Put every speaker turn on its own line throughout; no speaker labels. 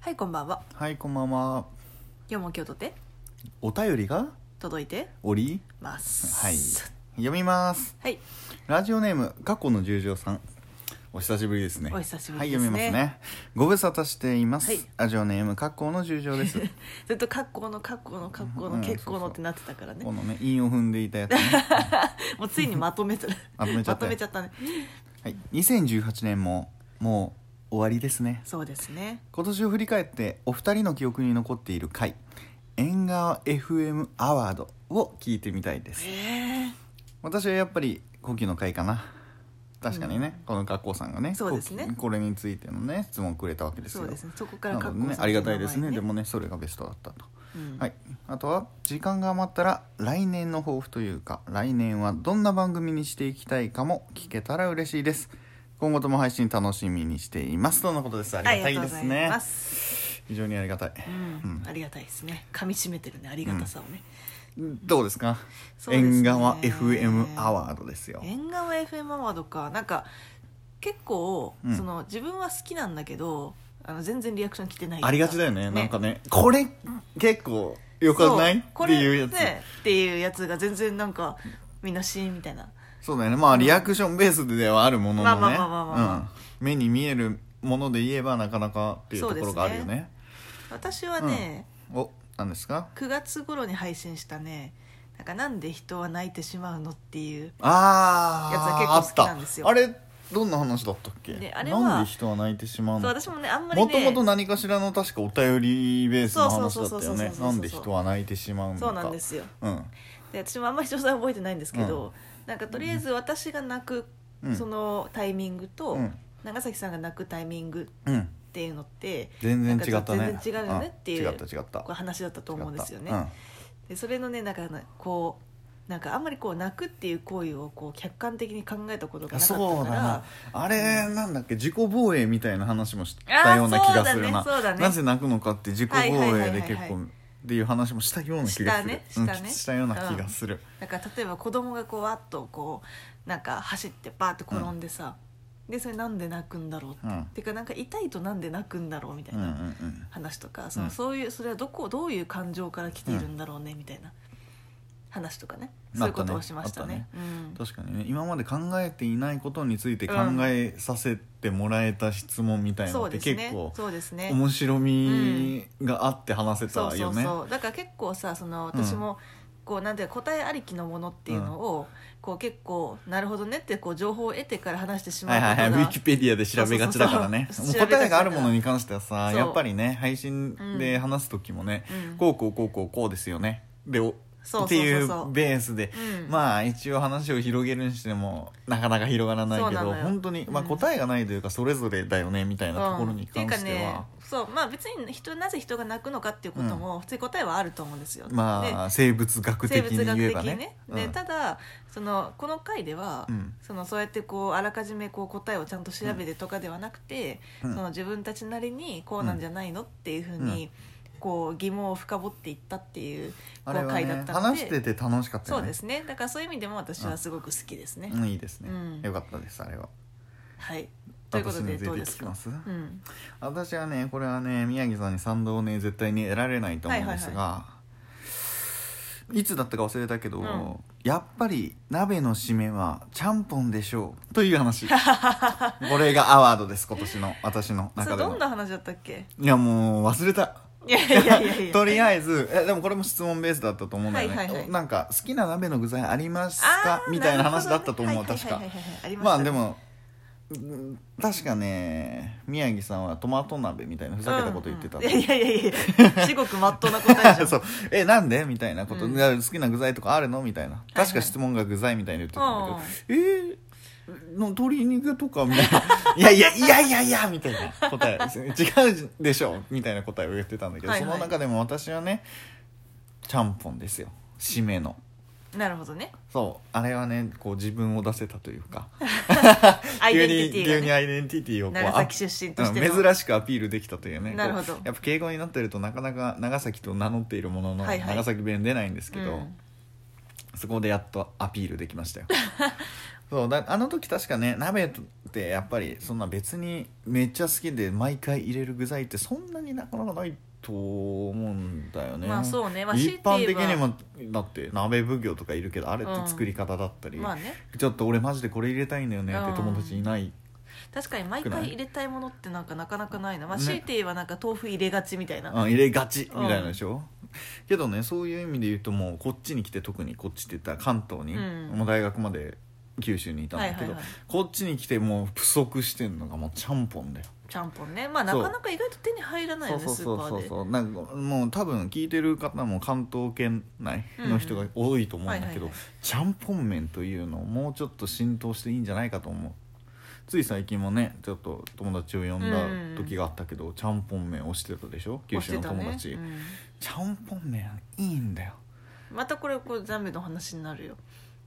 はいこんばんは
はいこんばんは
今日も今日とて
お便りが
届いて
おり
ます
はい読みます
はい
ラジオネーム過去の十条さんお久しぶりですね
お久しぶ
は
り
い
ですね
読みますねご無沙汰しています、
はい
ラジオネーム過去の十条です
ずっと格好の格好の格好
う
の
ん
結構
そう
の
そう
ってなってたからね
このね韻を踏んでいたやつね
もうついにまとめた
まとめちゃった
まとめちゃったね
はい2018年ももう終わりですね
そうですね
今年を振り返ってお二人の記憶に残っている回縁側 FM アワードを聞いてみたいです
え
私はやっぱり古希の会かな確かにね、この学校さんがね
そうですね
ここれについてのね質問をくれたわけですよ
そうですねそこから
な
格
の
好
でねありがたいですねで
も、
もねそれがベストだったと、
うん
はいあとは時間が余ったら来年の抱負というか来年はどんな番組にしていきたいかも聞けたら嬉しいです今後とも配信楽しみにしていますとのことですあ
あ
り
りがとご
がたいうで
ざ
す
い
ね
ます
非常にありがたい、
うんありがたいですね噛み締めてるねありがたさをね、
どうですか
そうですね
縁側 FM アワードですよ
縁側 FM アワードかなんか結構、
うん
その自分は好きなんだけどあの全然リアクション来てない
ありがちだよねなんかねこれ結構よくない
そこ
って
れ
いうやつ
ね、っていうやつが全然なんかみんなシーンみたいな
そうだよねまあリアクションベースではあるもの
まあま
の
あ
ね
まあまあまあまあ
うん目に見えるもので言えばなかなかっていうところがあるよ
そうで
ね
私はね、
お何ですか
9月頃に配信したねなんかなんで人は泣いてしまうのっていう
あ
やつは
あ
結構好きなんですよ
あったあれどんな話だったっけ
であれは
なんで人は泣いてしまう
そう
の
私もねあんまり
もと
ね
もと何かしらの確かお便りベースの話だった
そ
よ
うそうそうそうそうそう
ね
そう
なんで人は泣いてしまうのか
そうなんですよ
うん
で私もあんまり詳細は覚えてないんですけど、なんかとりあえず私が泣く、
うん
そのタイミングと、
うん
長崎さんが泣くタイミング
うん
っていうのって
全然違った
なん
ね
か全然違うよねっていうん
違った違った
こう話だったと思うんですよね。
違った
でそれのねなんかこうなんかあんまりこう泣くっていう行為をこう客観的に考えたこと
う
が
ん
なかった
そう
か
だ
ら
なあれなんだっけ自己防衛みたいな話もしたような気がする
あー
な
そうだねそうだね
なぜ泣くのかって自己防
はいはいはいは
衛
い
で
はい
結構っていう話もしたような気がする
したねしたね
うんしたような気がする
なんか例えば子供がこうわっとこうなんか走ってバーって転んでさ、でそれなんで泣くんだろうって、
うん
てかなんか痛いとなんで泣くんだろうみたい
うんうんう
なん話とか、その
うん
そういうそれはどこどういう感情から来ているんだろうねみたいな話とかね
な
そういう
った
こ
ね
とをしましたね。うん
確かにね今まで考えていないことについて考えさせてもらえた質問みたいな
そ
の
う
って
です
結
ね
構
そうですね
面白みがあって話せ
そう
た
そ
よ
う
ね
そうだから結構さその私も、こうなんていうか答えありきのものっていうのを、こう結構なるほどねってこう情報を得てから話してしま
は
う
い
こ
はいはい、
と
ウィ
が
キペディアで調べがちだからね
そう
も
そう
う
そう
答えがあるものに関してはさ
そう
やっぱりね配信で話す時もね、
うん
こうこうこうこうこうですよねでお
そうそうそうそう
っていうベースで、
うん
まあ一応話を広げるにしてもなかなか広がらない
そう
け
な
ど
のよ
本当に、まあ、
うん
答えがないというかそれぞれだよねみたいなところに関して
うんっていうか
は
ね、、そうまあ別に人なぜ人が泣くのかっていうことも普通に答えはあると思うんですよ。
まあ生物
で
学
生
的
物
に
学
言え
的
ば
に
ね
ね
うん
でただそのこの回では、
うん
そのそうやってこうあらかじめこう答えをちゃんと調べてとかではなくて、
うん
その自分たちなりにこうなんじゃないのっていうふうに、こう疑問を深掘っていったっていうこ
あ
う
れは
回だ
ね
ったの
話
で
してて楽しかった
そ
よ
うで
ね
すねだからそういう意味でも私はすごく好きですね。
うんいいですね、
うん
よかったですあれは
はいということで
私の
どう
出
で
て
す
き
か
ま、す
うん、
私はねこれはね宮城さんに賛同をね絶対に得られないと思うんで
はい
すが、い
は
つだったか忘れたけど、
うん
やっぱり鍋の締めはちゃんぽんでしょ うという話これがアワードです今年の私の
そ
中
れ
で
ど
の
んな話だったっけ
いやもう忘れた
いやいやいやい や
とりあえずえでもこれも質問ベースだったと思うんだよね、
はいはいはい
なんか好きな鍋の具材あります
あ
か
ー
みたいな
るほど
話
ね
だったと思う、
はいはい
確か
はいはいはいあり
ま
し
あ
た
でもうん確かね宮城さんはトマト鍋みたいなふざけたこと言ってた
う
と
んうんいやいやいやいや至極まっとうな答えじゃん
そうえなんでみたいなこと、
うん
いや好きな具材とかあるのみたいな確か質問が具材みたいに言ってたんだけど、えーの鶏肉とかみたいな いやいやいやいやいやみたいな答えですね違うでしょみたいな答えを言ってたんだけど、
はいはい
その中でも私はねちゃんぽんですよ締めの
なるほどね
そうあれはねこう自分を出せたというか
アイデンティティ
急
が
に急
ね
にアイデンティティをこう
長崎出身としての
あうん珍しくアピールできたというね
なるほど
こうやっぱ敬語になってるとなかなか長崎と名乗っているものの、
はいはい
長崎弁出ないんですけど、
うん
そこでやっとアピールできましたよそうだあの時確かね鍋ってやっぱりそんな別にめっちゃ好きで毎回入れる具材ってそんなになかなかないと思うんだよね、
まあそうねまあ
一般的
強いて
に
言えば
もだって鍋奉行とかいるけどあれって作り方だったり、
まあね
ちょっと俺マジでこれ入れたいんだよねって友達いない、
確かに毎回入れたいものってなんかなかなかないな、まあ、
ね
強いて言えばなんか豆腐入れがちみたいな、
うん、入れがちみたいなでしょ、けどねそういう意味で言うともうこっちに来て特にこっちって言ったら関東に、
うん
もう大学まで九州にいたんだけど、
はいはいはい
こっちに来てもう不足してんのがもうちゃんぽんだよ
ちゃんぽんねまあな
そう
かなか意外と手に入らないよねスーパーで
うなんかもう多分聞いてる方も関東圏内の人が多いと思うんだ
うんうんはいは
け
い
ど
はい
ちゃんぽん麺というのをもうちょっと浸透していいんじゃないかと思うつい最近もねちょっと友達を呼んだ時があったけどちゃんぽん麺をしてたでしょ九州の友
押して
達、
たね
ちゃんぽん麺いいんだよ
うんまたこれこう鍋の話になるよ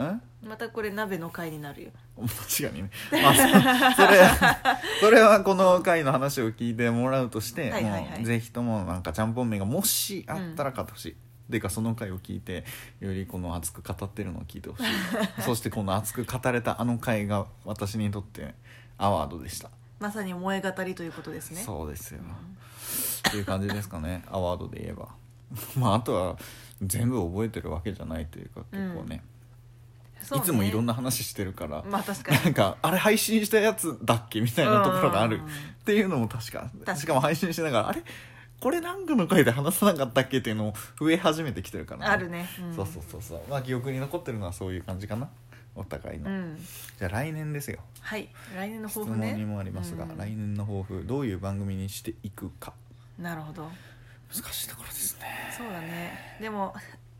ん
またこれ鍋の回になるよ
確かにね、まあ、そそれそれはこの回の話を聞いてもらうとして、
はいはいはい
もうぜひともなんかちゃんぽん麺がもしあったら買ってほしい、でかその回を聞いてよりこの熱く語ってるのを聞いてほしい そしてこの熱く語れたあの回が私にとってアワードでした、
まさに燃え語りということですね
そうです
ん
よ、っていう感じですかねアワードで言えば まああとは全部覚えてるわけじゃないというか結構ね,、
そう
い
ね
つもいろんな話してるから、
まあ確 かに
なんかあれ配信したやつだっけみたいなところがあ
う
る
ん
っていうのも確か
かに
しかも配信しながらあれこれ何かの回で話さなかったっけっていうのも増え始めてきてるから、
あるね、ん
そうそうそうそうまあ記憶に残ってるのはそういう感じかなお互いの、
うん
じゃあ来年ですよ
はい来年の
質
抱
問
負ね
にもありますが、
うん
来年の抱負どういう番組にしていくか
なるほど
難しいところですね
そうだねでも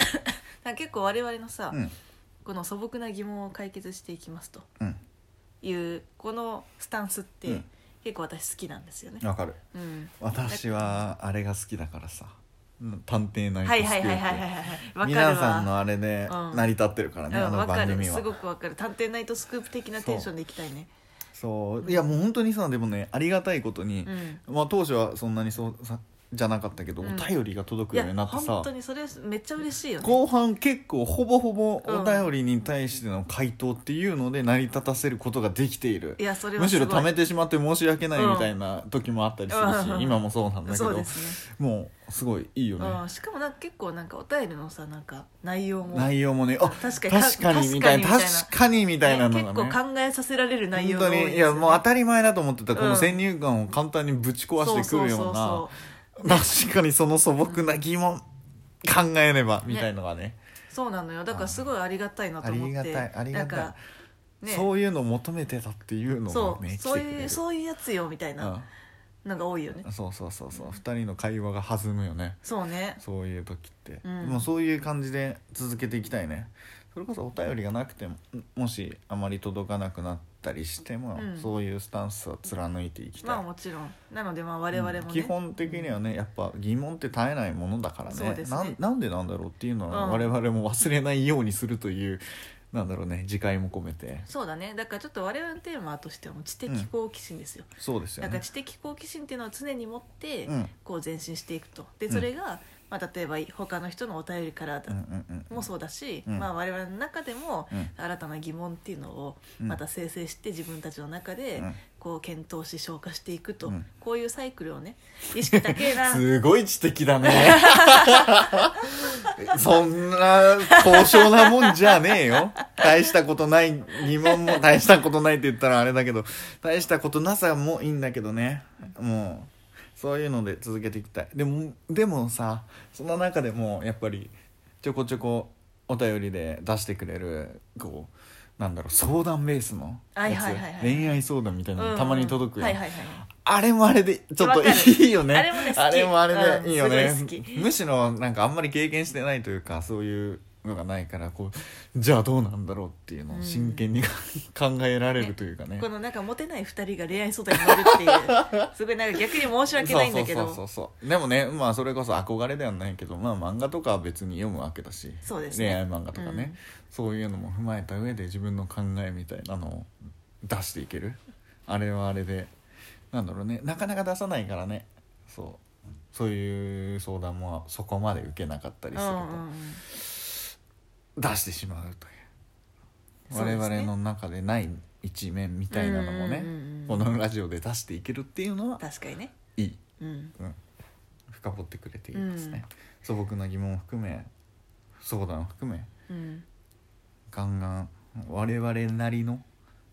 なんか結構我々のさ、
うん
この素朴な疑問を解決していきますと
うん
いうこのスタンスって、
うん
結構私好きなんですよね、
わかる
うん、
私はあれが好きだからさうん探偵ナイトスクープ、
はいはいはいはいはいはい
皆さん
わ
のあれで
うん
成り立ってるから
か
ね、
るわ
あ
うんわ
の
か
番
る
組は、
すごくわかる探偵ナイトスクープ的なテンションでいきたいね
そういやもう本当にさでもねありがたいことに
う、ん
まあ当初はそんなにそうさじゃなかったけど、
うん
お便りが
い
届くようにな
や
って
本
さ
当にそれめっちゃ嬉しいよね
後半結構ほぼほぼ
うん
お便りに対しての回答っていうので成り立たせることができている
いやそれは
むし
すご
ろ
い
貯めてしまって申し訳ない
うん
みたいな時もあったりするし、
うん
今もそうなんだけ
そ
ど
うですね
もうすごいいいよね、
うん、しかもなんか結構なんかお便りのさなんか内容も
内容もねあ
確
確
か
か
に
にみたいな
確かにみたいな
確かにみたいなのがね
結構考えさせられる内容が
本
多
当
い
にいやもう当
り
たり前だと思ってたこ
うん
の先入観を簡単にぶち壊してくるような確かにその素朴な疑問考えればみたいのがね
そうなのよだからすごいありがたいなと思って
ありがたいありがたい
なんかね
そういうのを求めてたっていうの
そ
も
う、
ね
そう
来てくれ
い
る
うそういうやつよみたいなのが多いよね
うんそうそうそうそう2人の会話が弾むよね
そうね
そういう時って、
うん
もうそういう感じで続けていきたいねそれこそお便りがなくてももしあまり届かなくなったりしても、
うん
そういうスタンスは貫いていきたい、
まあもちろんなのでまあ我々もね、
基本的にはねやっぱ疑問って絶えないものだから
そう
ね
ですね
なんなんでなんだろうっていうのは
うん
我々も忘れないようにするという、なんだろうね自戒も込めて
そうだねだからちょっと我々のテーマとしてはもう知的好奇心ですよ、
そうですよ
だから
ね
知的好奇心っていうのを常に持って、
うん
こう前進していくとで
うん
それが、まあ、例えば他の人のお便りからだ
うんうんうん
もそうだし、
うん
まあ、我々の中でも
うん
新たな疑問っていうのを
うん
また生成して自分たちの中で
うん
こう検討し消化していくと、
うん
こういうサイクルをね意識高えな
すごい知的だね そんな高尚なもんじゃねえよ大したことない疑 問も大したことないって言ったらあれだけど大したことなさもいいんだけどねもうそういうので続けていきたいでもでもさその中でもやっぱりちょこちょこお便りで出してくれるこうなんだろう相談ベースの
はい
やつ
はいはいはい
恋愛相談みたいな
う
の
ん
たまに届くよ
はいはいはい
あれもあれでちょっ
わ
と
かる
いいよね
あれもね好き
あれもあれ
うん
でいいよね
すごい好き
むしろなんかあんまり経験してないというかそういうのがないからこうじゃあどうなんだろうっていうの
う
を
ん
真剣に考えられるというかね
このなんかモテない2人が恋愛相談に乗るっていう すごいなんか逆に申し訳ないんだけど
そうそうそうそうでもねまあそれこそ憧れではないけどまあ漫画とかは別に読むわけだし
そうですね
恋愛漫画とかね、
うん
そういうのも踏まえた上で自分の考えみたいなのを出していけるあれはあれでなんだろうねなかなか出さないからねそうそういう相談もそこまで受けなかったりする
う
と、
んうんうん
出してしまうという
そう
我
ですね
々の中でない一面みたいなのもね
うんうんうんうん
このラジオで出していけるっていうのは
確かにね
いい、
うん
うん、深掘ってくれていいですね、素朴な疑問を含め相談を含め
うん
ガンガン我々なりの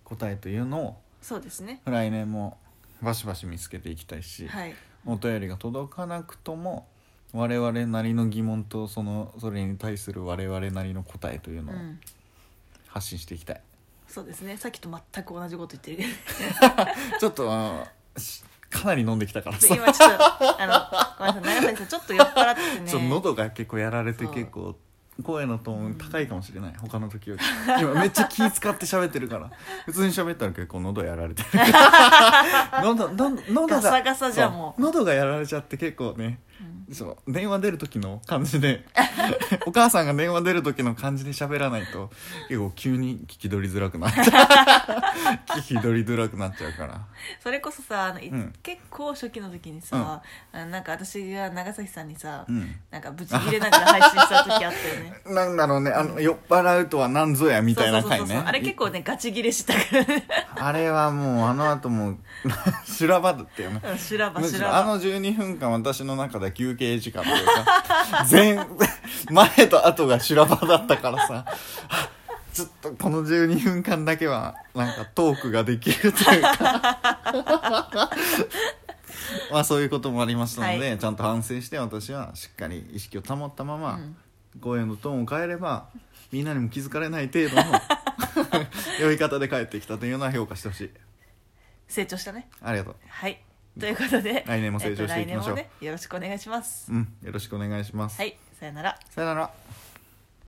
答えというのを
そうですね
来年もバシバシ見つけていきたいし、
はい
お便りが届かなくとも我々なりの疑問とそのそれに対する我々なりの答えという
う
のを
ん
発信していきたい、
そうですねさっきと全く同じこと言ってるけど
ちょっとあのしかなり飲んできたから
ちょ
さ、
今ちょっとあのごめんなさい長崎さんちょっと酔っ払ってね
ちょっと喉が結構やられて
そう
結構声のトーン高いかもしれない、他の 時より今めっちゃ気使って喋ってるから普通に喋ったら結構喉やられ てる喉喉喉が
ガサガサじゃんも
そう喉がやられちゃって結構ね
うん
そう電話出る時の感じで お母さんが電話出る時の感じで喋らないと結構急に聞き取りづら くなっちゃう聞き取りづらくなっちゃうから
それこそさあの、い
うん
結構初期の時にさ、あのなんか私が長崎さんにさ、
うん
なんかブチ切れながら配信した時あったよね
なんだろうねあの酔っ払うとは何ぞや みたいな
そうそうそ
回
うそう
ね
あれ結構ねガチ切れしたからね
あれはもうあの後もう 修羅場だったよね
うん修羅場
むし
修羅
ろ
場
あの12分間私の中では休憩時間というか 前前と後が修羅場だったからさ あちょっとこの12分間だけはなんかトークができるというか まあそういうこともありましたので、
はい
ちゃんと反省して私はしっかり意識を保ったまま、
うん
声のトーンを変えればみんなにも気づかれない程度の 酔い方で帰ってきたというのは評価してほしい
成長したね
ありがとう
はいということで
来年も成長していきましょう
えっと来年もねよろしくお願いします
うんよろしくお願いします、
はいさよなら
さよなら